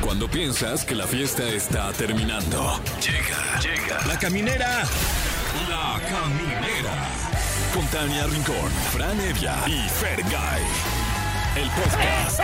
Cuando piensas que la fiesta está terminando. Llega, llega. La caminera. La caminera. Con Tania Rincón, Fran Evia y Fer El podcast.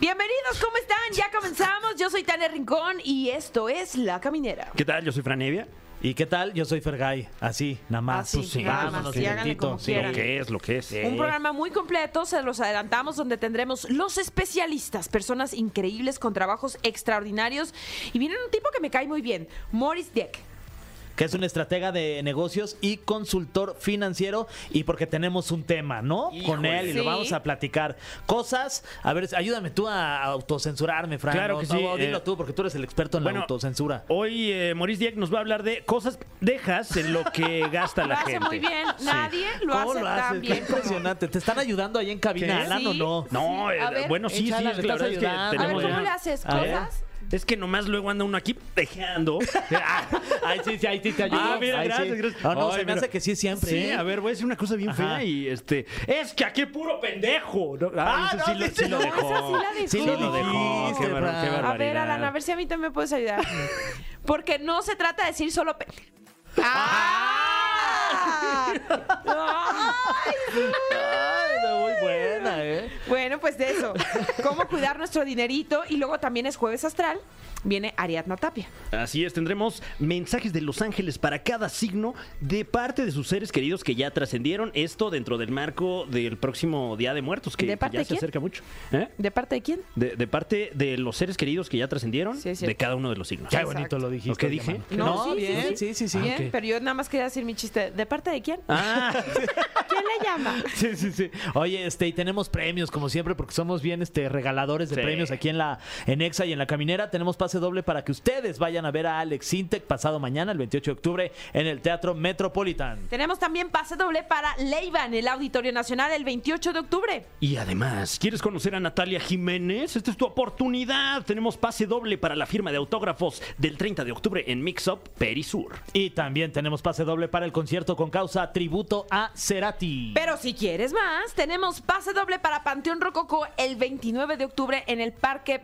Bienvenidos, ¿cómo están? Ya comenzamos. Yo soy Tania Rincón y esto es La Caminera. ¿Qué tal? Yo soy Franevia. ¿Y qué tal? Yo soy Fergay. Así, nada más. Así, Pues sí. nada más. Vámonos, Sí, háganle directito. como Sí. quieran. Lo que es, lo que es. Un programa muy completo, se los adelantamos, donde tendremos los especialistas, personas increíbles con trabajos extraordinarios. Y viene un tipo que me cae muy bien, Morris Dieck. Que es un estratega de negocios y consultor financiero. Y porque tenemos un tema, ¿no? Con él y lo Sí. vamos a platicar. Cosas. A ver, ayúdame tú a autocensurarme, Fran. Claro O- que sí, o dilo eh. tú, porque tú eres el experto en la autocensura. Hoy eh, Maurice Dieck nos va a hablar de cosas dejas en lo que gasta Lo la hace gente. muy bien, Sí. nadie lo ¿Cómo hace lo tan haces? Qué bien. como- impresionante. ¿Te están ayudando ahí en cabina, ¿Qué? Alan, Sí. o no? No, Sí, a eh, ver. bueno, sí, Échala, sí, le es que la estás verdad es que ayudando. A ver, tenemos... ¿cómo ya. le haces? A ver. ¿Cosas? Es que nomás luego anda uno aquí dejando. Ah, Ahí sí, sí, ahí sí te ayudo. Ah, mira, Ahí sí. gracias, gracias. Ah, no, Ay, se me mira. hace que sí siempre. Sí, ¿eh? a ver, voy a decir una cosa bien Ajá. fea y este. Es que aquí puro pendejo. No, Ah, ese no, sí, lo, sí no, lo dejó. esa sí la Sí dejó. lo dejó. Dijiste, Qué, barba- Fran. qué A ver, barbaridad. A ver, Alan, a ver si a mí también me puedes ayudar. Porque no se trata de decir solo... pe- ¡Ah! ¡Ay! Ay, no, muy buena, ¿eh? Bueno, pues de eso. Cómo cuidar nuestro dinerito. Y luego también es jueves astral. Viene Ariadna Tapia. Así es, tendremos mensajes de los ángeles para cada signo de parte de sus seres queridos que ya trascendieron. Esto dentro del marco del próximo Día de Muertos, que, ¿De que parte ya de se quién? acerca mucho. ¿Eh? ¿De parte de quién? De, de parte de los seres queridos que ya trascendieron, Sí, es cierto. de cada uno de los signos. Qué Exacto. bonito lo dijiste. ¿Lo que dije? hermano. No, bien, sí, sí, sí. Bien, Ah, ok. pero yo nada más quería decir mi chiste. ¿De parte de quién? Ah, ¿Quién le llama? Sí, sí, sí. Oye, este, y tenemos premios, como siempre, porque somos bien este regaladores de Sí. premios aquí en la en Exa y en la caminera. Tenemos pase doble para que ustedes vayan a ver a Alex Sintec pasado mañana, el 28 de octubre, en el Teatro Metropolitan. Tenemos también pase doble para Leiva en el Auditorio Nacional el 28 de octubre. Y además, ¿quieres conocer a Natalia Jiménez? Esta es tu oportunidad. Tenemos pase doble para la firma de autógrafos del 30 de octubre en Mix Up Perisur. Y también tenemos pase doble para el concierto con causa tributo a Cerati. Pero si quieres más, tenemos pase doble para Panteón Rococo el 29 de octubre en el Parque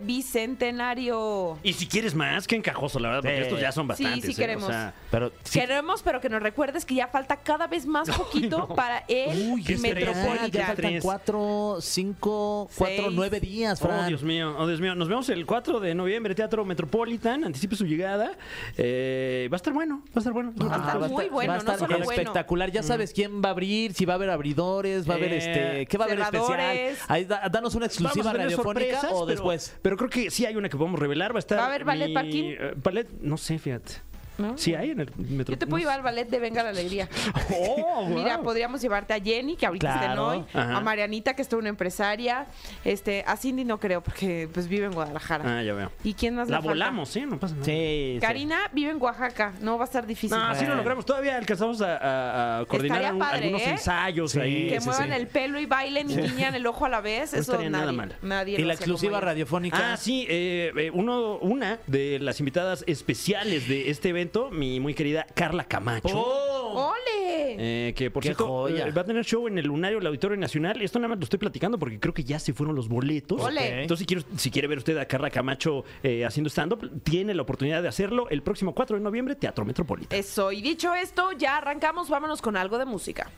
Bicentenario. Y si quieres más, que encajoso, la verdad, porque Sí. estos ya son Sí, bastantes. sí ¿eh? queremos. O sea, Pero sí, Queremos, pero que nos recuerdes que ya falta cada vez más poquito para el Uy, qué estrés. ya Metropolitan. falta faltan Tres. cuatro, cinco, cuatro, Seis. nueve días, Fran. Oh, Dios mío, oh, Dios mío. Nos vemos el 4 de noviembre, Teatro Metropolitan. Anticipe su llegada. Eh, va a estar bueno, va a estar bueno. Va a estar Ah, muy bueno, va a no estar solo bueno. espectacular. Ya Mm. sabes quién va a abrir, si va a haber abridores, va a haber Eh, este, qué va a haber especial. cerradores. Ahí da- danos una Vamos a exclusiva tener radiofónica sorpresas, pero- o después. Pero, creo que sí hay una que podemos revelar. Va a estar. ¿Va a haber ballet parking? eh, ballet, no sé, fíjate. ¿No? Sí hay en el Metropolitan. Yo te puedo llevar al ballet de Venga la Alegría. Oh, wow. Mira, podríamos llevarte a Jenny, que ahorita está en Claro. hoy, Ajá. a Marianita, que es toda una empresaria, este, a Cindy no creo, porque pues vive en Guadalajara. Ah, ya veo. ¿Y quién más le La falta? volamos, ¿eh? No pasa nada. Sí, sí. Karina vive en Oaxaca, no va a estar difícil. No, así lo logramos. Todavía alcanzamos a, a- a coordinar Estaría un- padre, algunos ¿eh? ensayos Sí, ahí. que sí, muevan sí. el pelo y bailen y guiñan el ojo a la vez, No eso estaría nada nadie, mal. nadie Y lo la hace como exclusiva ella. radiofónica. Ah, sí, eh, eh, uno, una de las invitadas especiales de este evento, mi muy querida Carla Camacho. oh, ¡Ole! Eh, que por Oh. Qué cierto joya. eh, va a tener show en el Lunario del Auditorio Nacional. Esto nada más lo estoy platicando porque creo que ya se fueron los boletos. Ole. Ok. Entonces, si quiere, si quiere ver usted a Carla Camacho eh, haciendo stand-up, tiene la oportunidad de hacerlo el próximo 4 de noviembre, Teatro Metropolitano. Eso, y dicho esto, ya arrancamos, vámonos con algo de música.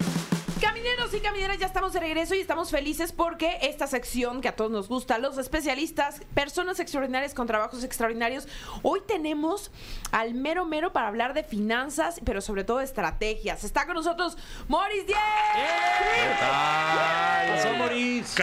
Camineros y camineras, ya estamos de regreso y estamos felices porque esta sección que a todos nos gusta, los especialistas, personas extraordinarias con trabajos extraordinarios, hoy tenemos al mero mero para hablar de finanzas, pero sobre todo de estrategias. Está con nosotros Morris 10. Pasó, Moris.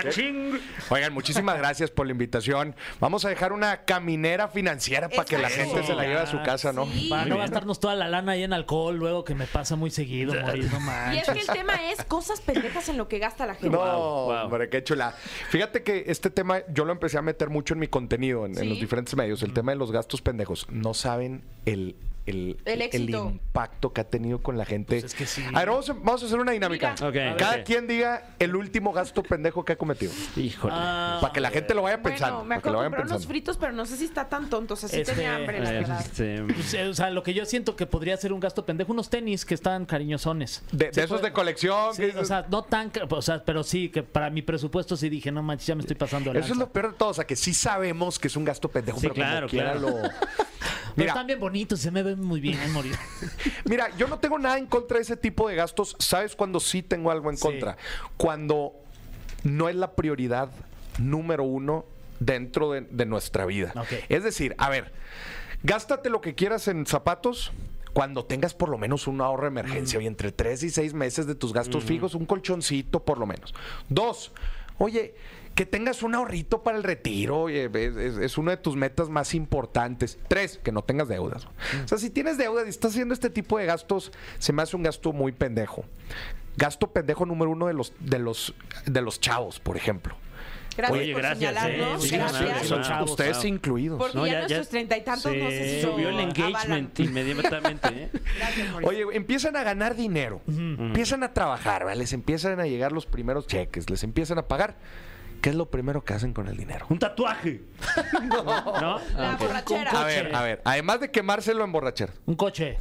Oigan, muchísimas gracias por la invitación. Vamos a dejar una caminera financiera para que la Exacto. gente se la lleve a su casa, ¿no? Sí. Para Muy no bien. gastarnos toda la lana ahí en alcohol, luego que me pasa muy seguido, Moris, no Y es manches. que el tema es cosas pendejas en lo que gasta la gente. No, Wow, wow. hombre, qué chula. Fíjate que este tema yo lo empecé a meter mucho en mi contenido, en, en Sí. los diferentes medios, el tema de los gastos pendejos. No saben el el, El éxito. impacto que ha tenido con la gente. Pues es que sí. A ver, vamos a, vamos a hacer una dinámica. Mira. Ok, Cada ok. quien diga el último gasto pendejo que ha cometido. Híjole. Ah, para que la gente lo vaya pensando. Ah. Bueno, me para que lo acuerdo vayan comprar unos pensando. fritos, pero no sé si está tan tonto. O sea, sí Este, tenía hambre, la Eh, verdad. este, Pues, eh, o sea, lo que yo siento que podría ser un gasto pendejo, unos tenis que están cariñosones. De, de Sí, esos puede- de colección. Sí, que dices, o sea, no tan, ca- o sea, pero sí, que para mi presupuesto sí dije, no manches, ya me estoy pasando de eso es lanza". lo peor de todo. O sea, que sí sabemos que es un gasto pendejo, Sí, pero como claro, quiera claro. lo- Pero Mira, están bien bonitos, se me ven muy bien, ¿eh, morir. Mira, yo no tengo nada en contra de ese tipo de gastos. ¿Sabes cuando sí tengo algo en Sí. contra? Cuando no es la prioridad número uno dentro de, de nuestra vida. Ok. Es decir, a ver, gástate lo que quieras en zapatos. Cuando tengas por lo menos un ahorro de emergencia y entre tres y seis meses de tus gastos fijos, un colchoncito por lo menos. Dos, oye, que tengas un ahorrito para el retiro, oye, es, es- es una de tus metas más importantes. Tres, que no tengas deudas. O sea, si tienes deudas y estás haciendo este tipo de gastos, se me hace un gasto muy pendejo. Gasto pendejo número uno de los, de los, de los chavos, por ejemplo. Gracias Oye, por gracias, señalarnos. sí, sí, gracias. sí, sí. Chao, ustedes chao. incluidos. Porque No, ya, ya- ya nuestros treinta y tantos, no sé si se lo subió el avalan. engagement inmediatamente. ¿eh? Gracias, Mauricio. Oye, güey, empiezan a ganar dinero, empiezan a trabajar, ¿vale? les empiezan a llegar los primeros cheques, les empiezan a pagar. ¿Qué es lo primero que hacen con el dinero? Un tatuaje. ¿No? la Ah, ok. borrachera. A ver, a ver, además de quemárselo en borrachera, Un coche.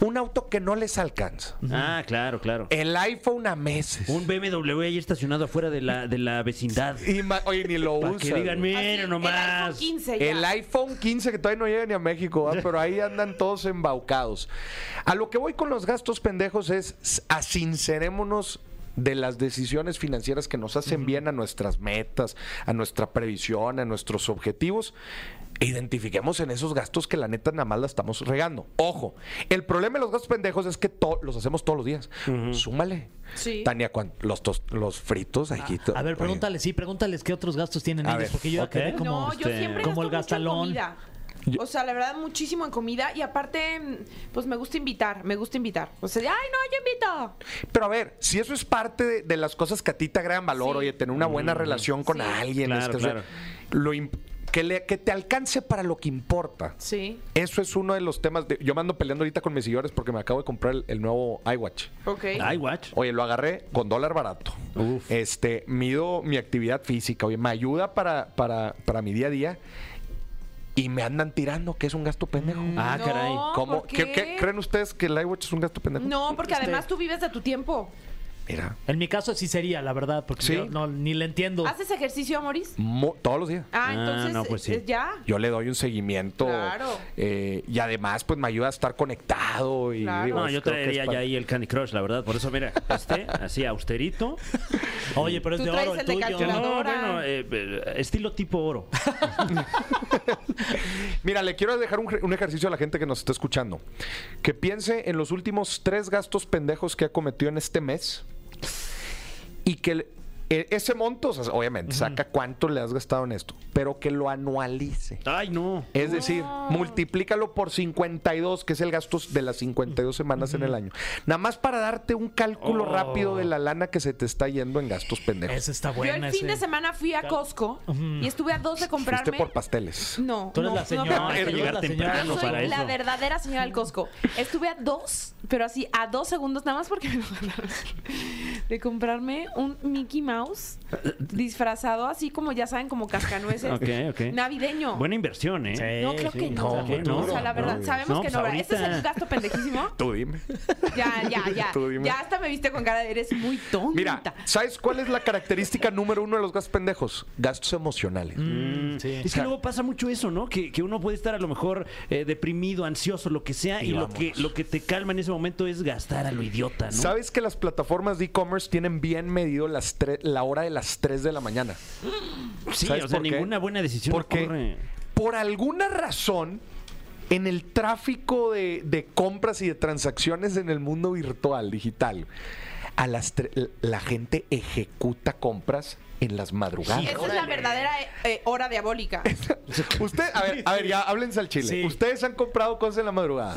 un auto que no les alcanza, Ah, claro, claro. el iPhone a meses. Un BMW ahí estacionado afuera de la, de la vecindad. Y ma- oye, ni lo Para usan. que digan, güey. Así, mira El iPhone nomás. 15 ya. el iPhone 15 que todavía no llega ni a México, ¿ah? pero ahí andan todos embaucados. A lo que voy con los gastos pendejos es s- a sincerémonos de las decisiones financieras que nos hacen bien a nuestras metas, a nuestra previsión, a nuestros objetivos. e Identifiquemos en esos gastos que la neta nada más la estamos regando. Ojo, el problema de los gastos pendejos es que to- los hacemos todos los días. Súmale. Sí. Ah. Tania, cuan- los, tos- los fritos aquí. to- A ver, oye. pregúntales, sí, pregúntales qué otros gastos tienen A ellos, ver, porque yo ya ok. quedé como, no, yo este, siempre como gasto el mucho en comida. gastalón. O sea, la verdad, muchísimo en comida. Y aparte, mm, pues me gusta invitar, me gusta invitar. O sea, de, ay, no, yo invito. Pero a ver, si eso es parte de, de las cosas que a ti te agregan valor, Sí. Mm. oye, tener una buena relación con Sí. alguien, Claro, es que, o sea, claro. lo imp- que, le- que te alcance para lo que importa. Sí, Eso es uno de los temas. de- yo me ando peleando ahorita con mis señores porque me acabo de comprar el, el nuevo iWatch. ok. iWatch. Oye, lo agarré con dólar barato. Uf. Este, mido mi actividad física, oye, me ayuda para, para, para mi día a día y me andan tirando, que es un gasto pendejo. Ah, No, caray. ¿Cómo? ¿por qué? ¿Qué- qué- creen ustedes que el iWatch es un gasto pendejo? No, porque además tú vives de tu tiempo. Mira, En mi caso sí sería, la verdad, porque Sí. yo no, ni le entiendo. ¿Haces ejercicio, Moris? mo- todos los días. Ah, Ah, entonces no, pues sí. eh, ya. yo le doy un seguimiento. Claro. eh, y además, pues me ayuda a estar conectado. Y, Claro. No, pues, yo creo que es traería ya parte- ahí el Candy Crush, la verdad. Por eso, mira, este, así austerito. Oye, pero es Tú de traes oro el el de tuyo. calculadora. No, Ahora. bueno, eh, eh, estilo tipo oro. Mira, le quiero dejar un, un ejercicio a la gente que nos está escuchando. Que piense en los últimos tres gastos pendejos que ha cometido en este mes. Y que el- e- ese monto, o sea, obviamente, saca cuánto le has gastado en esto. Pero que lo anualice. Ay, no. Es decir, multiplícalo por 52, que es el gasto de las 52 semanas en el año. Nada más para darte un cálculo Oh. rápido de la lana que se te está yendo en gastos pendejos. Ese está Yo bueno. el fin ese. de semana fui a Costco y estuve a dos de comprarme. Fuiste por pasteles. No, Tú eres no, la no, señora, no, hay que no, llegar no, temprano yo soy para la eso. verdadera señora del Costco. Estuve a dos, pero así a dos segundos nada más porque me lo mandaron, de comprarme un Mickey Mouse disfrazado así como ya saben como cascanueces Ok, ok. navideño. Buena inversión, ¿eh? Sí, no, creo sí. que no. no, no, no, o sea, la no, verdad, no. sabemos No, que pues no. ¿verdad? Este es ahorita. el gasto pendejísimo. Tú dime. Ya, ya, ya. Tú dime. Ya hasta me viste con cara de eres muy tonta. Mira, ¿sabes cuál es la característica número uno de los gastos pendejos? Gastos emocionales. Mm, sí. Es que luego pasa mucho eso, ¿no? Que, que uno puede estar a lo mejor eh, deprimido, ansioso, lo que sea, y, lo, vámonos. que, lo que te calma en ese momento es gastar a lo idiota, ¿no? ¿Sabes que las plataformas de e-commerce tienen bien medido las tre- la hora de las 3 de la mañana? Sí, ¿sabes o sea, por qué? ninguna buena decisión Porque ocurre. por alguna razón, en el tráfico de, de compras y de transacciones en el mundo virtual, digital, a las tre- la gente ejecuta compras en las madrugadas. Esa es la verdadera eh, eh, hora diabólica. Usted, a ver, a ver, ya háblense al chile. Sí. ¿Ustedes han comprado cosas en la madrugada?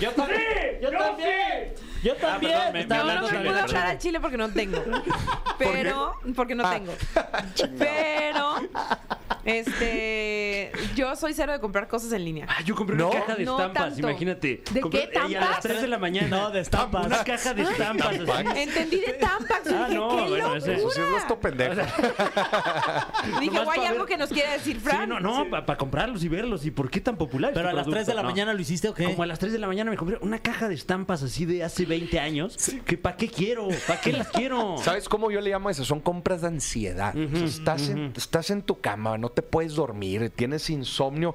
Yo también. yo, también. Yo también. Ah, perdón, me- me estaba No, no hablando me sobre también. puedo la hablar al chile porque no tengo. Pero, porque no Ah. tengo. Pero, Este, yo soy cero de comprar cosas en línea. Ah, yo compré No, una caja de no estampas, tanto. imagínate. ¿De Compré- qué, Y a las tampas? 3 de la mañana. No, de estampas. Una caja de estampas. así. Tampax. Entendí de Tampax. Ah, dije, no, qué bueno, ese- Pues sí, es locura. gasto pendejo. Dije, Nomás guay, pa' algo ver. que nos quiere decir Sí, Fran. no, no, para comprarlos y verlos. ¿Y por qué tan populares? Pero a tu las 3 de la producto? No. mañana lo hiciste o qué? Como a las 3 de la mañana me compré una caja de estampas así de hace 20 años. Que ¿Para qué quiero? ¿Para qué las quiero? ¿Sabes cómo yo le llamo eso? Son compras de ansiedad. O sea, estás, en, estás en tu cama, no te puedes dormir, tienes insomnio.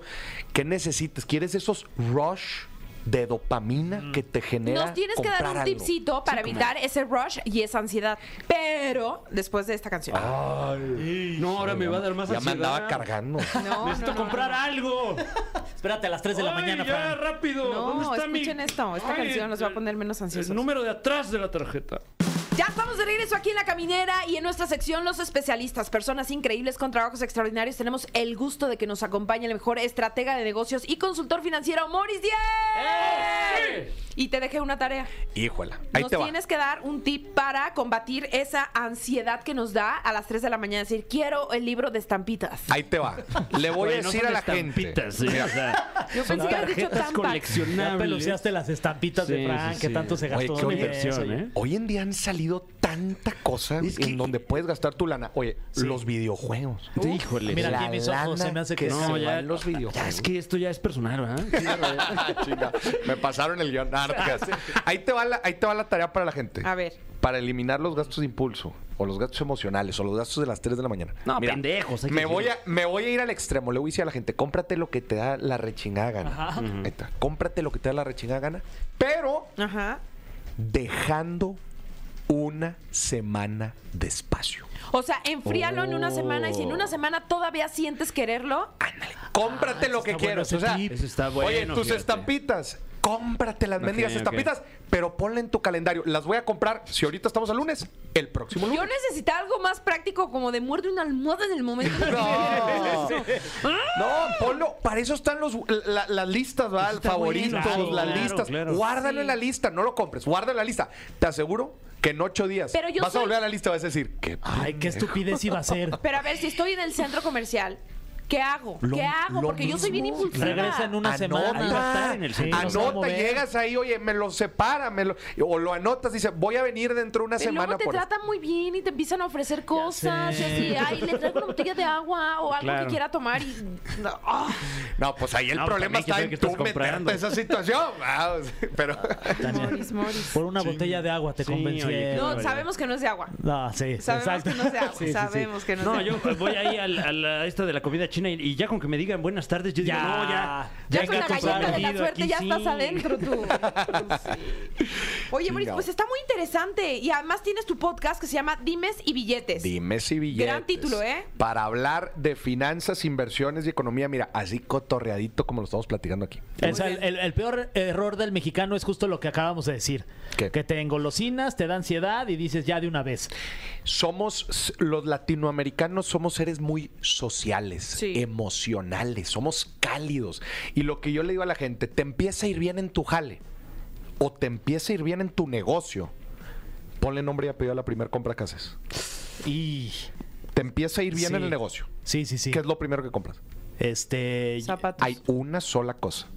¿Qué necesitas? ¿Quieres esos rush de dopamina Mm. que te genera? Nos tienes que dar comprar un algo? tipcito para evitar ese rush y esa ansiedad. Pero después de esta canción. Ah. No, ahora me va a dar más Ya me ansiedad. andaba cargando. No, Necesito no, no, comprar algo. Espérate, a las 3 de la Ay, mañana, ya, Fran. rápido. No, ¿Dónde está mi- escuchen esto. Esta Ay, canción nos va a el- poner menos ansiosos. El número de atrás de la tarjeta. Ya estamos de regreso aquí en La Caminera y en nuestra sección Los Especialistas, personas increíbles con trabajos extraordinarios. Tenemos el gusto de que nos acompañe el mejor estratega de negocios y consultor financiero, Moris Díaz. Y te dejé una tarea. Híjola. ¡Eh! Ahí nos te va. tienes que dar un tip para combatir esa ansiedad que nos da a las 3 de la mañana. Decir, quiero el libro de estampitas. Ahí te va. Le voy Oye, a no decir son a la gente. estampitas, ¿eh? O sea, Yo son pensé que habías dicho tarjetas Tampax. Ya coleccionables. peluceaste las estampitas Sí, de Fran, sí, que sí. tanto se Oye, gastó qué en inversión, eso, ¿eh? Hoy en día han salido tanta cosa Es que- en donde puedes gastar tu lana. Oye, los videojuegos. Híjole. Mira, La aquí mis ojos se me hace que lana no, se ya- va en los videojuegos. Ya es que esto ya es personal, ¿verdad? Chinga, me pasaron el guión. Ah, no te creas. Ahí te, va la, ahí te va la tarea para la gente. A ver. Para eliminar los gastos de impulso, o los gastos emocionales, o los gastos de las 3 de la mañana. No, pendejos, hay que Me voy, a, decirlo. me voy a ir al extremo. Le voy a decir a la gente: cómprate lo que te da la rechingada gana. Ahí está, Cómprate lo que te da la rechingada gana, pero Ajá. dejando una semana de espacio. O sea, enfríalo en una semana y si en Oh. una semana todavía sientes quererlo, Ándale, cómprate Ah, lo eso que está bueno quieras. ese o sea, tip. Eso está bueno, Oye, tus fíjate. estampitas. Cómprate las mendigas ok. estampitas, pero ponle en tu calendario. Las voy a comprar, si ahorita estamos a lunes, el próximo yo lunes. necesitaba algo más práctico, como de muerde una almohada en el momento. en el que No. no, ponlo. Para eso están los, la- las listas, ¿verdad? Eso está Favoritos, bueno, claro, las claro, listas. claro. Guárdalo Sí. en la lista, no lo compres. Guárdalo en la lista. Te aseguro que en ocho días Pero yo vas soy- a volver a la lista y vas a decir, ¿qué? Ah, Ay, qué estupidez iba a ser. Pero a ver, si estoy en el centro comercial, ¿qué hago? Lo- ¿Qué hago? lo Porque yo soy bien mismo. impulsiva. Regresa en una semana. Ahí va a estar en el centro. Sí, no se va a Anota, mover. llegas ahí, oye, me lo separa, me lo- o lo anotas, dice, voy a venir dentro de una Y luego semana te por esto". tratan muy bien y te empiezan a ofrecer cosas. Y sé. así, ay, le traigo una botella de agua o algo Claro. que quiera tomar. Y. no, ah. No, pues ahí el No, también problema está quién en sabe qué tú estás comprando. meterte en esa situación. Ah, o sea, Pero Tania. Moris, Moris. Por una botella de agua te Sí, convenció. oye, qué No, barbaridad. sabemos que no es de agua. No, sí, Sabemos exacto. que no es de agua. Sí, sí, sí. Sabemos que no es de No, agua. yo voy ahí al- a la esta de la comida china y, y ya con que me digan buenas tardes, yo digo, Ya. no, ya. Ya Ya con la engaño galleta de la comprometido suerte aquí, ya sí. estás adentro tú. Pues sí. Oye, Moris, Chingao. pues está muy interesante. Y además tienes tu podcast que se llama Dimes y Billetes. dime si billetes. Gran título, ¿eh? Para hablar de finanzas, inversiones y economía, mira, así cotorreadito como lo estamos platicando aquí. O sea, el, el peor error del mexicano es justo lo que acabamos de decir. ¿Qué? Que te engolosinas, te da ansiedad y dices ya de una vez. Somos, los latinoamericanos somos seres muy sociales, Sí. emocionales, somos cálidos. Y lo que yo le digo a la gente, te empieza a ir bien en tu jale o te empieza a ir bien en tu negocio. Ponle nombre y apellido a la primera compra que haces. Y Te empieza a ir bien Sí. en el negocio. sí, sí, sí. ¿Qué es lo primero que compras? Este Zapatos. Hay una sola cosa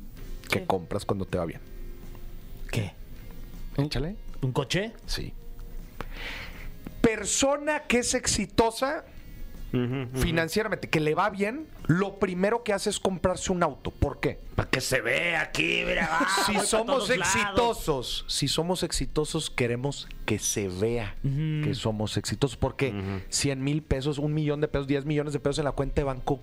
que ¿Qué? compras cuando te va bien. ¿qué? Échale. ¿Un coche? Sí. Persona que es exitosa financieramente, que le va bien, lo primero que hace es comprarse un auto. ¿Por qué? Para que se vea aquí, mira. va, si voy pa' somos todos lados. exitosos, si somos exitosos, queremos que se vea que somos exitosos. Porque 100 mil pesos, un millón de pesos, 10 millones de pesos en la cuenta de banco,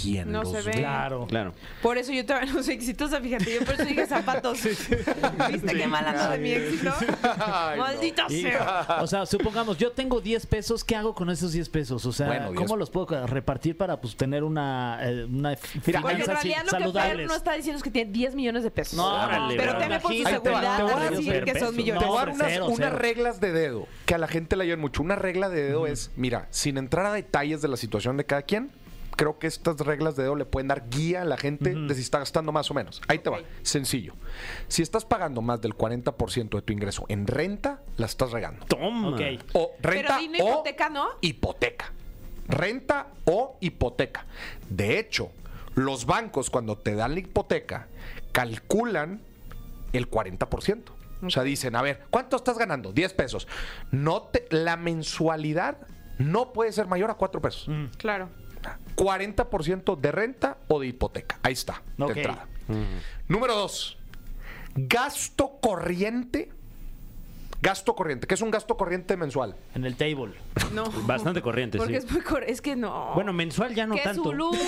¿quién No los se ve. ve? Claro. Claro. Por eso yo todavía no soy exitosa, fíjate, yo por eso dije zapatos. ¿Viste qué mal ando de mi éxito? Ay, no. Maldita sea. O sea, supongamos, yo tengo 10 pesos, ¿qué hago con esos 10 pesos? O sea, Bueno, 10. ¿cómo los puedo repartir para pues, tener una, eh, una f- Mira, Porque en finanzas realidad lo que Fer saludables? no está diciendo es que tiene 10 millones de pesos. No, órale, pero bro. teme por su Ahí te va, te seguridad voy a a decir decir que son pesos. millones. Te voy a dar hombre, unas, cero, unas cero. reglas de dedo que a la gente le ayudan mucho. Una regla de dedo es, mira, sin entrar a detalles de la situación de cada quien, creo que estas reglas de dedo le pueden dar guía a la gente de si está gastando más o menos. Ahí te va, Ok. sencillo. Si estás pagando más del 40% de tu ingreso en renta, la estás regando. Toma. Ok. O renta Pero di no o hipoteca, ¿no? hipoteca. renta o hipoteca. De hecho, los bancos cuando te dan la hipoteca calculan el 40%. O sea, dicen, a ver, ¿cuánto estás ganando? 10 pesos. No te- la mensualidad no puede ser mayor a 4 pesos. Mm. Claro. 40% de renta o de hipoteca. Ahí está, de Ok. entrada. Número dos, gasto corriente. Gasto corriente, que es un gasto corriente mensual. En el table. No. Bastante corriente, Porque sí. es muy cor- Es que no. Bueno, mensual ya no que tanto. su luz,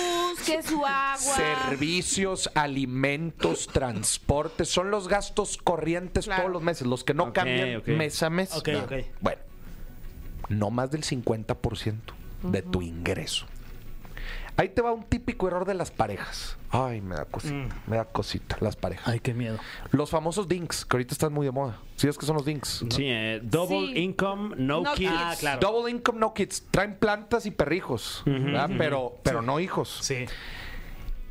que su agua. Servicios, alimentos, transportes, son los gastos corrientes Claro. todos los meses, los que no Ok, cambian ok. mes a mes. Ok, ok. Bueno, no más del 50% de tu ingreso. Ahí te va un típico error de las parejas. Ay, me da cosita, me da cosita las parejas. Ay, qué miedo. Los famosos dinks, que ahorita están muy de moda. ¿Sí es que son los dinks? Sí, eh, double Sí. income, no, No kids. kids. Ah, claro. Double income, no kids. Traen plantas y perrijos, ¿verdad? Pero, pero no hijos. Sí.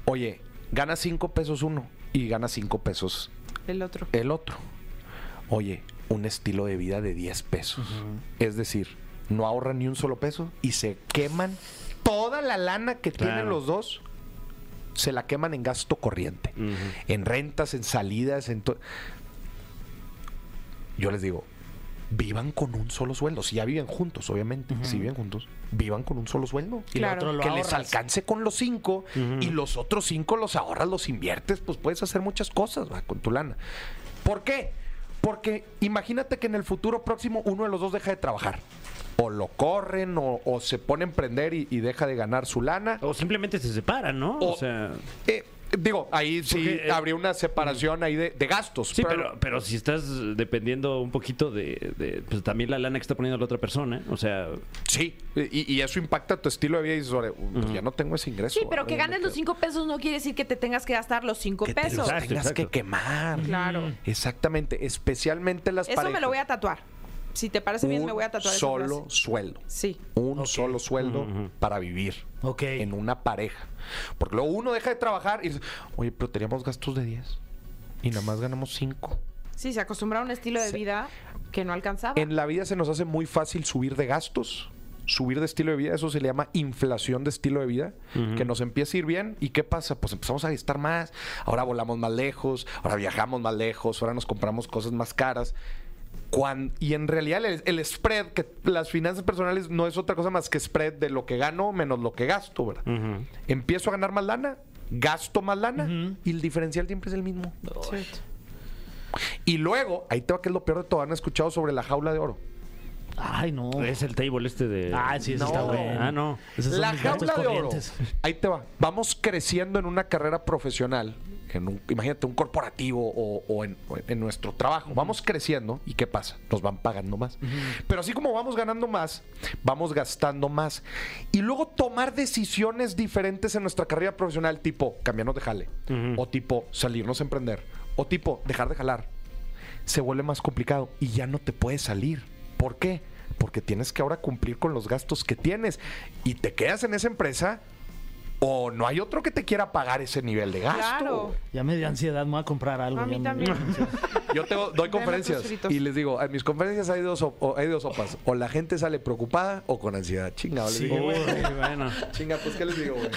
Oye, gana 5 pesos uno y gana 5 pesos El otro. el otro. Oye, un estilo de vida de 10 pesos. Es decir, no ahorran ni un solo peso y se queman toda la lana que tienen Claro. los dos. Se la queman en gasto corriente, en rentas, en salidas, en todo. Yo les digo, vivan con un solo sueldo. Si ya viven juntos, obviamente, si viven juntos, vivan con un solo sueldo Y Claro. lo otro lo que les ahorras. alcance con los cinco y los otros cinco los ahorras, los inviertes, pues puedes hacer muchas cosas va, con tu lana. ¿Por qué? Porque imagínate que en el futuro próximo uno de los dos deja de trabajar. O lo corren o, o se pone a emprender y, y deja de ganar su lana. O simplemente se separan, ¿no? O, O- sea. Eh, digo, ahí sí Porque, eh, habría una separación ahí de, de gastos. Sí, pero, pero si estás dependiendo un poquito de, de, pues, también la lana que está poniendo la otra persona, ¿eh? o sea, Sí, y, y eso impacta tu estilo de vida y dices, "Ore, pues ya no tengo ese ingreso. Sí, pero que ahora ya ganes me los quedo". cinco pesos no quiere decir que te tengas que gastar los cinco Que te los pesos. Exacto, tengas exacto. que quemar. Claro. Exactamente, especialmente las Eso parejas. me lo voy a tatuar. Si te parece bien, un me voy a tatuar. esa solo frase. sueldo. Sí. Un solo sueldo para vivir. Ok. En una pareja. Porque luego uno deja de trabajar y dice, oye, pero teníamos gastos de 10 y nada más ganamos 5. Sí, se acostumbra a un estilo de vida que no alcanzaba. En la vida se nos hace muy fácil subir de gastos, subir de estilo de vida, eso se le llama inflación de estilo de vida, que nos empieza a ir bien y ¿qué pasa? Pues empezamos a gastar más, ahora volamos más lejos, ahora viajamos más lejos, ahora nos compramos cosas más caras. Cuan- y en realidad el, el spread, que las finanzas personales no es otra cosa más que spread de lo que gano menos lo que gasto, ¿verdad? Empiezo a ganar más lana, gasto más lana y el diferencial siempre es el mismo. Cierto. Y luego, ahí te va que es lo peor de todo, han escuchado sobre la jaula de oro. Ay, no. es el table este de. Ah, sí, eso No. está bueno. Ah, no. Esos son la mis gastos jaula de oro. corrientes. Ahí te va. Vamos creciendo en una carrera profesional. En un, imagínate un corporativo o, o en, o en nuestro trabajo. Vamos creciendo y ¿qué pasa? Nos van pagando más. Pero así como vamos ganando más, vamos gastando más. Y luego tomar decisiones diferentes en nuestra carrera profesional, tipo cambiarnos de jale, o tipo salirnos a emprender, o tipo dejar de jalar. Se vuelve más complicado y ya no te puedes salir. ¿Por qué? Porque tienes que ahora cumplir con los gastos que tienes y te quedas en esa empresa o no hay otro que te quiera pagar ese nivel de gasto. Claro. Ya me dio ansiedad, me voy a comprar algo. A ya mí me- también. Yo tengo, doy Vean conferencias otros fritos. y les digo, en mis conferencias hay dos, op- o- hay dos sopas. O la gente sale preocupada o con ansiedad. Chinga, les Sí, digo, güey. Uy, bueno. Chinga, pues ¿qué les digo, güey?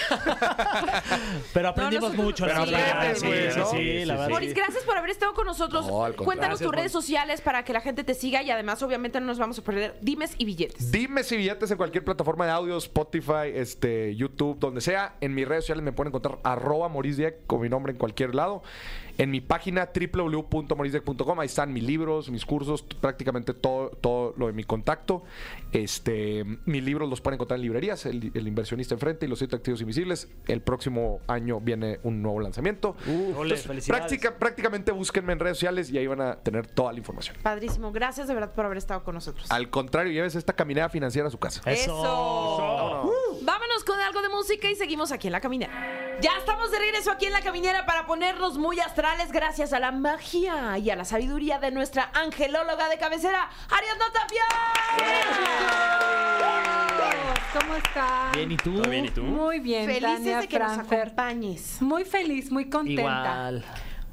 Pero aprendimos nosotros- mucho. Pero la verdad. aprendes, Sí, güey, sí, ¿no? sí, la verdad. Moris, gracias por haber estado con nosotros. No, al contrario. Cuéntanos tus Gracias, redes sociales para que la gente te siga y además, obviamente, no nos vamos a perder dimes y billetes. Dime si billetes en cualquier plataforma de audio, Spotify, este, YouTube, donde sea. En mis redes sociales me pueden encontrar arroba morisdiac con mi nombre en cualquier lado. En mi página www.morisdiac.com, ahí están mis libros, mis cursos, t- prácticamente todo, todo lo de mi contacto. Este, mis libros los pueden encontrar en librerías, el, el inversionista enfrente y los siete activos invisibles. El próximo año viene un nuevo lanzamiento. Uh, Ole, felicidades. Práctica- prácticamente búsquenme en redes sociales y ahí van a tener toda la información. Padrísimo. Gracias de verdad por haber estado con nosotros. Al contrario, lleves esta caminada financiera a su casa. Eso. Eso. Uh, Vámonos con algo de música y seguimos aquí en la caminera. Ya estamos de regreso aquí en la caminera para ponernos muy astrales gracias a la magia y a la sabiduría de nuestra angelóloga de cabecera, Ariadna Tapia. ¿Cómo están? Bien, ¿y tú? ¿Todo bien y tú? Muy bien, Felices Tania de que nos Franfer. acompañes. Muy feliz, muy contenta. Igual.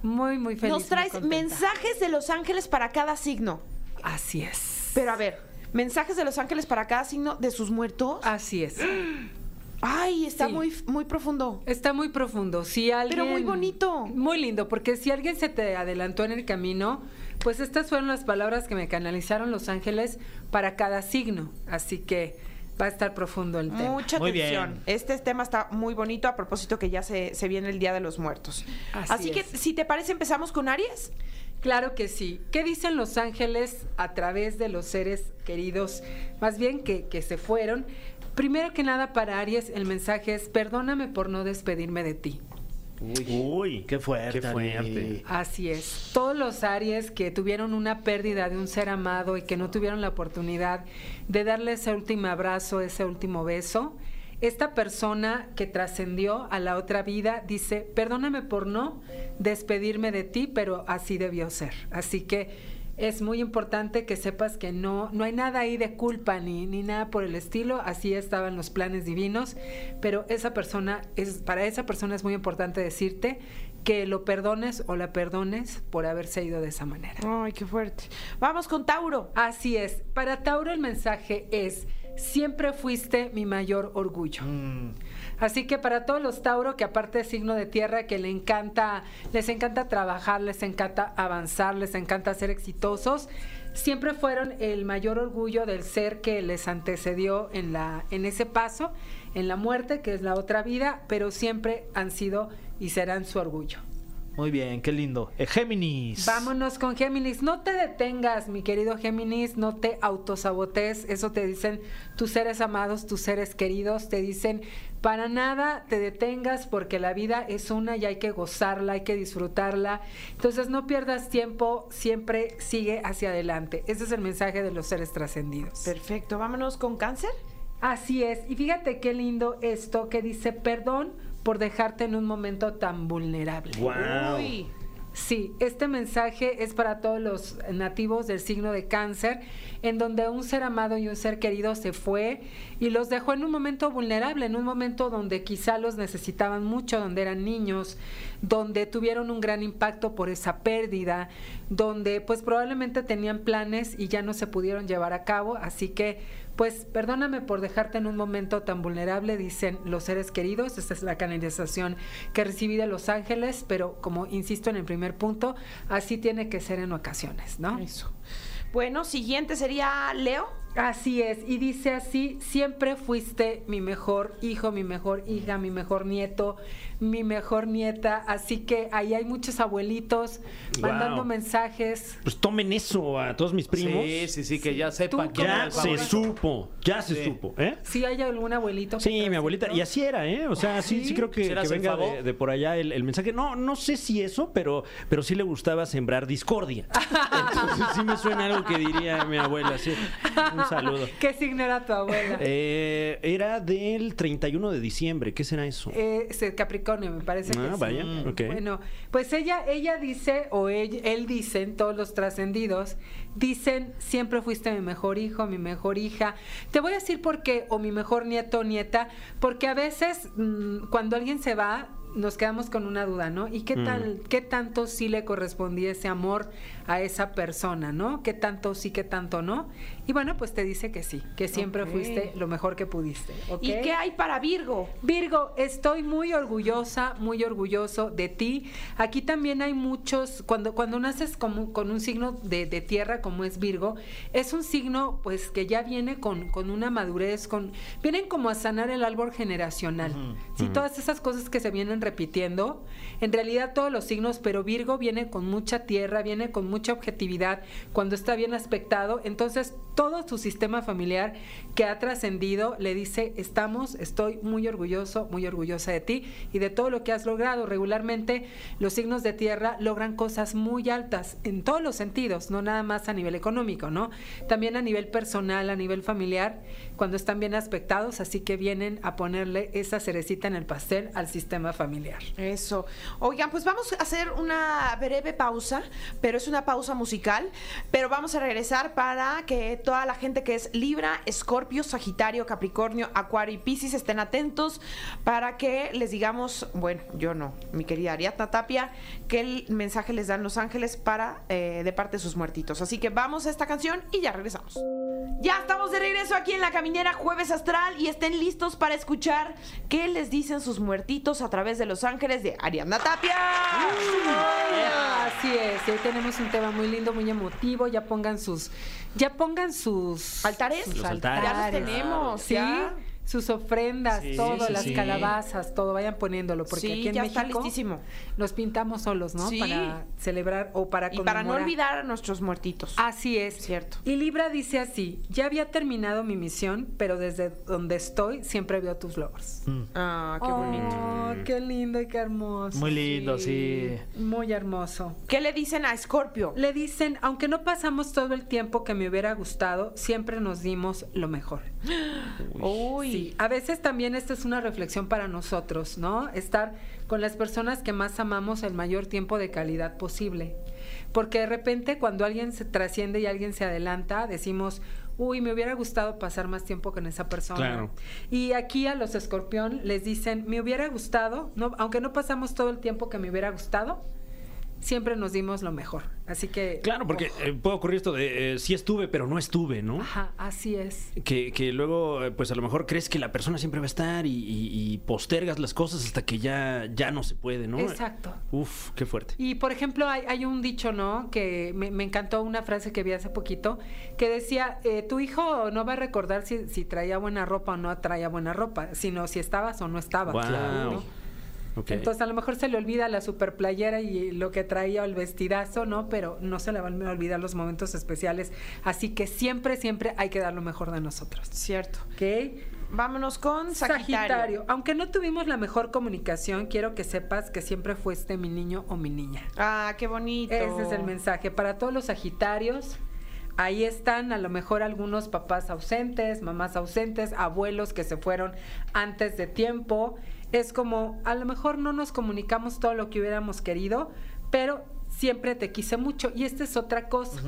Muy, muy feliz. Nos traes muy contenta. mensajes de los ángeles para cada signo. Así es. Pero a ver, mensajes de los ángeles para cada signo de sus muertos. Así es. Ay, está Sí. muy, muy profundo. Está muy profundo. Si alguien, muy bonito. Muy lindo, porque si alguien se te adelantó en el camino, pues estas fueron las palabras que me canalizaron los ángeles para cada signo. Así que va a estar profundo el tema. Mucha Muy atención. bien. Este tema está muy bonito a propósito que ya se, se viene el Día de los Muertos. Así, Así que, es. si te parece, empezamos con Aries. Claro que sí. ¿Qué dicen los ángeles a través de los seres queridos, más bien que, que se fueron? Primero que nada, para Aries, el mensaje es, perdóname por no despedirme de ti. Uy, Qué fuerte. Qué fuerte. Ari. Así es. Todos los Aries que tuvieron una pérdida de un ser amado y que no tuvieron la oportunidad de darle ese último abrazo, ese último beso, esta persona que trascendió a la otra vida dice, perdóname por no despedirme de ti, pero así debió ser. Así que es muy importante que sepas que no, no hay nada ahí de culpa ni, ni nada por el estilo, así estaban los planes divinos, pero esa persona es, para esa persona es muy importante decirte que lo perdones o la perdones por haberse ido de esa manera. Ay, qué fuerte. Vamos con Tauro. Así es, para Tauro el mensaje es, siempre fuiste mi mayor orgullo. Así que para todos los Tauro, que aparte es signo de tierra, que le encanta, les encanta trabajar, les encanta avanzar, les encanta ser exitosos, siempre fueron el mayor orgullo del ser que les antecedió en, la, en ese paso, en la muerte, que es la otra vida, pero siempre han sido y serán su orgullo. Muy bien, qué lindo. Eh, Géminis. Vámonos con Géminis. No te detengas, mi querido Géminis. No te autosabotees. Eso te dicen tus seres amados, tus seres queridos. Te dicen, para nada te detengas porque la vida es una y hay que gozarla, hay que disfrutarla. Entonces no pierdas tiempo. Siempre sigue hacia adelante. Ese es el mensaje de los seres trascendidos. Perfecto. Vámonos con Cáncer. Así es. Y fíjate qué lindo esto que dice, perdón por dejarte en un momento tan vulnerable. Wow. Uy. Sí, este mensaje es para todos los nativos del signo de cáncer, en donde un ser amado y un ser querido se fue y los dejó en un momento vulnerable, en un momento donde quizá los necesitaban mucho, donde eran niños, donde tuvieron un gran impacto por esa pérdida, donde pues probablemente tenían planes y ya no se pudieron llevar a cabo, así que pues perdóname por dejarte en un momento tan vulnerable, dicen los seres queridos. Esta es la canalización que recibí de Los Ángeles, pero como insisto en el primer punto, así tiene que ser en ocasiones, ¿no? Eso. Bueno, siguiente sería Leo. Así es, y dice así, siempre fuiste mi mejor hijo, mi mejor hija, mi mejor nieto, mi mejor nieta, así que ahí hay muchos abuelitos Guau. mandando mensajes. Pues tomen eso a todos mis primos. Sí, sí, sí, que ya Tú sepa como era Ya el se favorito. supo, ya se Sí. supo, ¿eh? Si hay algún abuelito. que Sí, mi abuelita, y trascendió. así era, ¿eh? O sea, sí, ¿Sí? sí creo que, ¿Sí que eras el venga favor? de, de por allá el, el mensaje. No, no sé si eso, pero, pero sí le gustaba sembrar discordia. Entonces sí me suena algo que diría mi abuela, sí. Un saludo. ¿Qué signo era tu abuela? Eh, era del 31 de diciembre, ¿qué será eso? Eh, es el Capricornio, me parece que Ah, sí. vaya, ok. Bueno, pues ella, ella dice, o él, él dicen, todos los trascendidos, dicen, siempre fuiste mi mejor hijo, mi mejor hija. Te voy a decir por qué, o mi mejor nieto o nieta, porque a veces mm, cuando alguien se va, nos quedamos con una duda, ¿no? ¿Y Mm. qué tal, qué tanto sí le correspondía ese amor a esa persona, ¿no? ¿Qué tanto sí, qué tanto no? Y bueno, pues te dice que sí, que siempre Ok. fuiste lo mejor que pudiste. ¿ok? ¿Y qué hay para Virgo? Virgo, estoy muy orgullosa, muy orgulloso de ti. Aquí también hay muchos, cuando, cuando naces como- con un signo de, de tierra como es Virgo, es un signo pues que ya viene con, con una madurez, con vienen como a sanar el árbol generacional. Sí, todas esas cosas que se vienen repitiendo, en realidad todos los signos, pero Virgo viene con mucha tierra, viene con mucha objetividad, cuando está bien aspectado, entonces todo su sistema familiar que ha trascendido le dice, estamos, estoy muy orgulloso, muy orgullosa de ti y de todo lo que has logrado. Regularmente los signos de tierra logran cosas muy altas en todos los sentidos, no nada más a nivel económico, ¿no? También a nivel personal, a nivel familiar, cuando están bien aspectados, así que vienen a ponerle esa cerecita en el pastel al sistema familiar. familiar. Eso. Oigan, pues vamos a hacer una breve pausa, pero es una pausa musical, pero vamos a regresar para que toda la gente que es Libra, Escorpio, Sagitario, Capricornio, Acuario y Piscis estén atentos para que les digamos, bueno, yo no, mi querida Ariadna Tapia, que el mensaje les dan los ángeles para eh, de parte de sus muertitos. Así que vamos a esta canción y ya regresamos. Ya estamos de regreso aquí en La Caminera Jueves Astral y estén listos para escuchar qué les dicen sus muertitos a través de Los Ángeles de Ariana Tapia. Mm. Así es, y hoy tenemos un tema muy lindo, muy emotivo. Ya pongan sus, ya pongan sus ¿Altares? sus Los altares. Ya los tenemos, sí. ya. Sus ofrendas, Sí, todo, sí, las sí. calabazas, todo, vayan poniéndolo, porque Sí, aquí en ya México está listísimo. los pintamos solos, ¿no? Sí. Para celebrar o para Y para no conmemorar. olvidar a nuestros muertitos. Así es. Cierto. Y Libra dice así, ya había terminado mi misión, pero desde donde estoy siempre veo tus logros. Ah, qué bonito. Oh, qué lindo y qué hermoso. Muy lindo, sí. Muy hermoso. ¿Qué le dicen a Escorpio? Le dicen, aunque no pasamos todo el tiempo que me hubiera gustado, siempre nos dimos lo mejor. Uy. Sí, a veces también esta es una reflexión para nosotros, ¿no? Estar con las personas que más amamos el mayor tiempo de calidad posible. Porque de repente cuando alguien se trasciende y alguien se adelanta, decimos, uy, me hubiera gustado pasar más tiempo con esa persona. Claro. Y aquí a los escorpión les dicen, me hubiera gustado, no, aunque no pasamos todo el tiempo que me hubiera gustado, siempre nos dimos lo mejor. Así que... Claro, porque eh, puede ocurrir esto de eh, sí estuve, pero no estuve, ¿no? oh. Ajá, así es. Que, que luego, eh, pues a lo mejor crees que la persona siempre va a estar y, y- y postergas las cosas hasta que ya, ya no se puede, ¿no? Exacto. Uf, qué fuerte. Y por ejemplo, hay, hay un dicho, ¿no? Que me, me encantó una frase que vi hace poquito, que decía, eh, tu hijo no va a recordar si, si traía buena ropa o no traía buena ropa, sino si estabas o no estabas. Wow. ¿no? Ok. Entonces a lo mejor se le olvida la superplayera y lo que traía o el vestidazo, ¿no? Pero no se le van a olvidar los momentos especiales. Así que siempre, siempre hay que dar lo mejor de nosotros. Cierto. ¿Ok? Vámonos con Sagitario. Aunque no tuvimos la mejor comunicación, quiero que sepas que siempre fuiste mi niño o mi niña. Ah, qué bonito. Ese es el mensaje. Para todos los Sagitarios, ahí están a lo mejor algunos papás ausentes, mamás ausentes, abuelos que se fueron antes de tiempo. Es como, a lo mejor no nos comunicamos todo lo que hubiéramos querido, pero siempre te quise mucho. Y esta es otra cosa.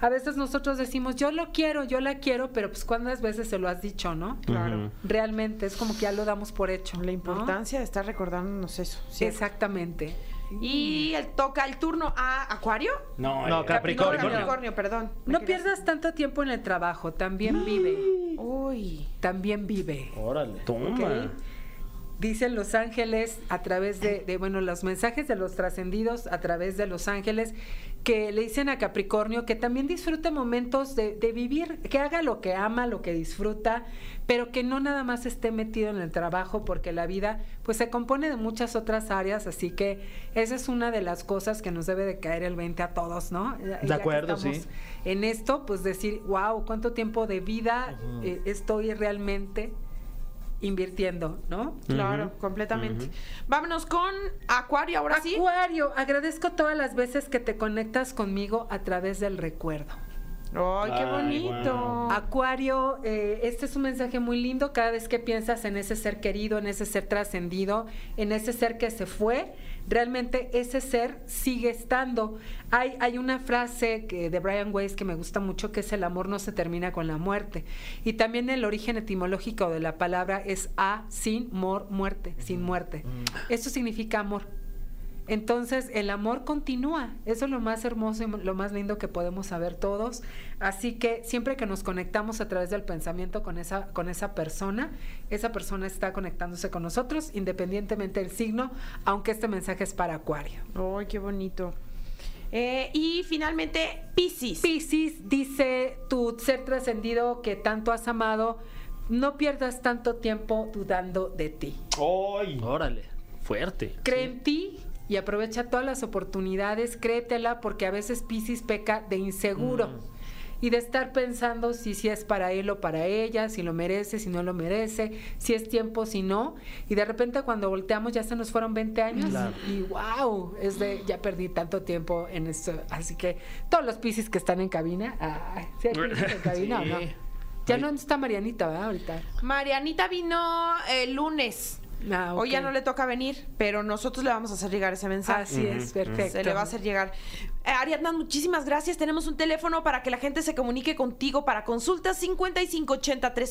A veces nosotros decimos, yo lo quiero, yo la quiero, pero pues cuántas veces se lo has dicho, ¿no? Claro. Realmente es como que ya lo damos por hecho. La ¿no? importancia de estar recordándonos eso. ¿cierto? Exactamente. Y el, toca el turno a Acuario. No, No, eh, Capricornio. No, Capricornio, perdón. No Me quedé- pierdas tanto tiempo en el trabajo, ¡Ah! también vive. Uy. también vive. Órale. Toma. ¿ok? Dicen los ángeles a través de, de, bueno, los mensajes de los trascendidos a través de los ángeles que le dicen a Capricornio que también disfrute momentos de, de vivir, que haga lo que ama, lo que disfruta, pero que no nada más esté metido en el trabajo porque la vida pues se compone de muchas otras áreas, así que esa es una de las cosas que nos debe de caer el 20 a todos, ¿no? Ya que acuerdo, sí. estamos En esto pues decir, wow, cuánto tiempo de vida eh, estoy realmente invirtiendo, ¿no? Claro, completamente. Vámonos con Acuario ahora sí. Acuario, agradezco todas las veces que te conectas conmigo a través del recuerdo. Ay, qué bonito. Acuario, eh, este es un mensaje muy lindo cada vez que piensas en ese ser querido, en ese ser trascendido, en ese ser que se fue. Realmente ese ser sigue estando. Hay, hay una frase que- de Brian Weiss que me gusta mucho que es el amor no se termina con la muerte. Y también el origen etimológico de la palabra es a, sin, mor, muerte, sin muerte. Eso significa amor. Entonces, el amor continúa. Eso es lo más hermoso y lo más lindo que podemos saber todos. Así que siempre que nos conectamos a través del pensamiento con esa, con esa persona, esa persona está conectándose con nosotros, independientemente del signo, aunque este mensaje es para Acuario. Ay, qué bonito. Eh, y finalmente, Piscis. Piscis dice tu ser trascendido que tanto has amado, no pierdas tanto tiempo dudando de ti. Órale. Fuerte. Cree en ti y aprovecha todas las oportunidades, créetela, porque a veces Piscis peca de inseguro. Mm. Y de estar pensando si, si es para él o para ella, si lo merece, si no lo merece, si es tiempo, si no. Y de repente cuando volteamos ya se nos fueron 20 años Claro. y wow, es de ya perdí tanto tiempo en esto. Así que todos los piscis que están en cabina, ay, ¿sí hay Piscis en cabina o no? Sí. Ya no está Marianita, ¿verdad? Ahorita. Marianita vino el lunes. Ah, O ya ok. no le toca venir, pero nosotros le vamos a hacer llegar ese mensaje. Así es, perfecto. Se le va a hacer llegar. Eh, Ariadna, muchísimas gracias. Tenemos un teléfono para que la gente se comunique contigo para consultas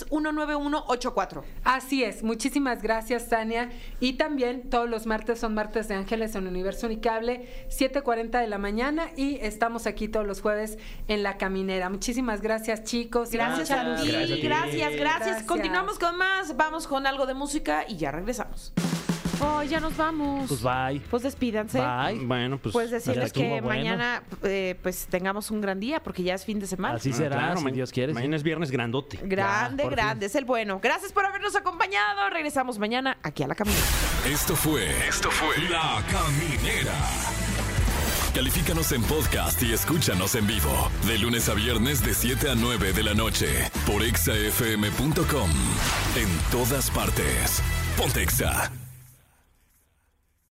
5580-319184. Así es, muchísimas gracias Tania. Y también todos los martes son martes de Ángeles en Universo Unicable, 7.40 de la mañana y estamos aquí todos los jueves en La Caminera. Muchísimas gracias chicos. Gracias, a ti, Gracias a gracias, ti. gracias, Gracias. Continuamos con más. Vamos con algo de música y ya regresamos. Oh, ya nos vamos. Pues bye. Pues despídanse. Bye. Bueno, pues. Pues decirles estuvo que bueno. mañana eh, pues tengamos un gran día porque ya es fin de semana. Así Ah, será, claro, si ma- Dios quiere. sí. Mañana es viernes grandote. Grande, Ya, por grande, es el bueno. Gracias por habernos acompañado. Regresamos mañana aquí a la camina. Esto fue. Esto fue. La Caminera. Califícanos en podcast y escúchanos en vivo. De lunes a viernes de 7 a 9 de la noche. Por exafm.com. En todas partes. Pontexa.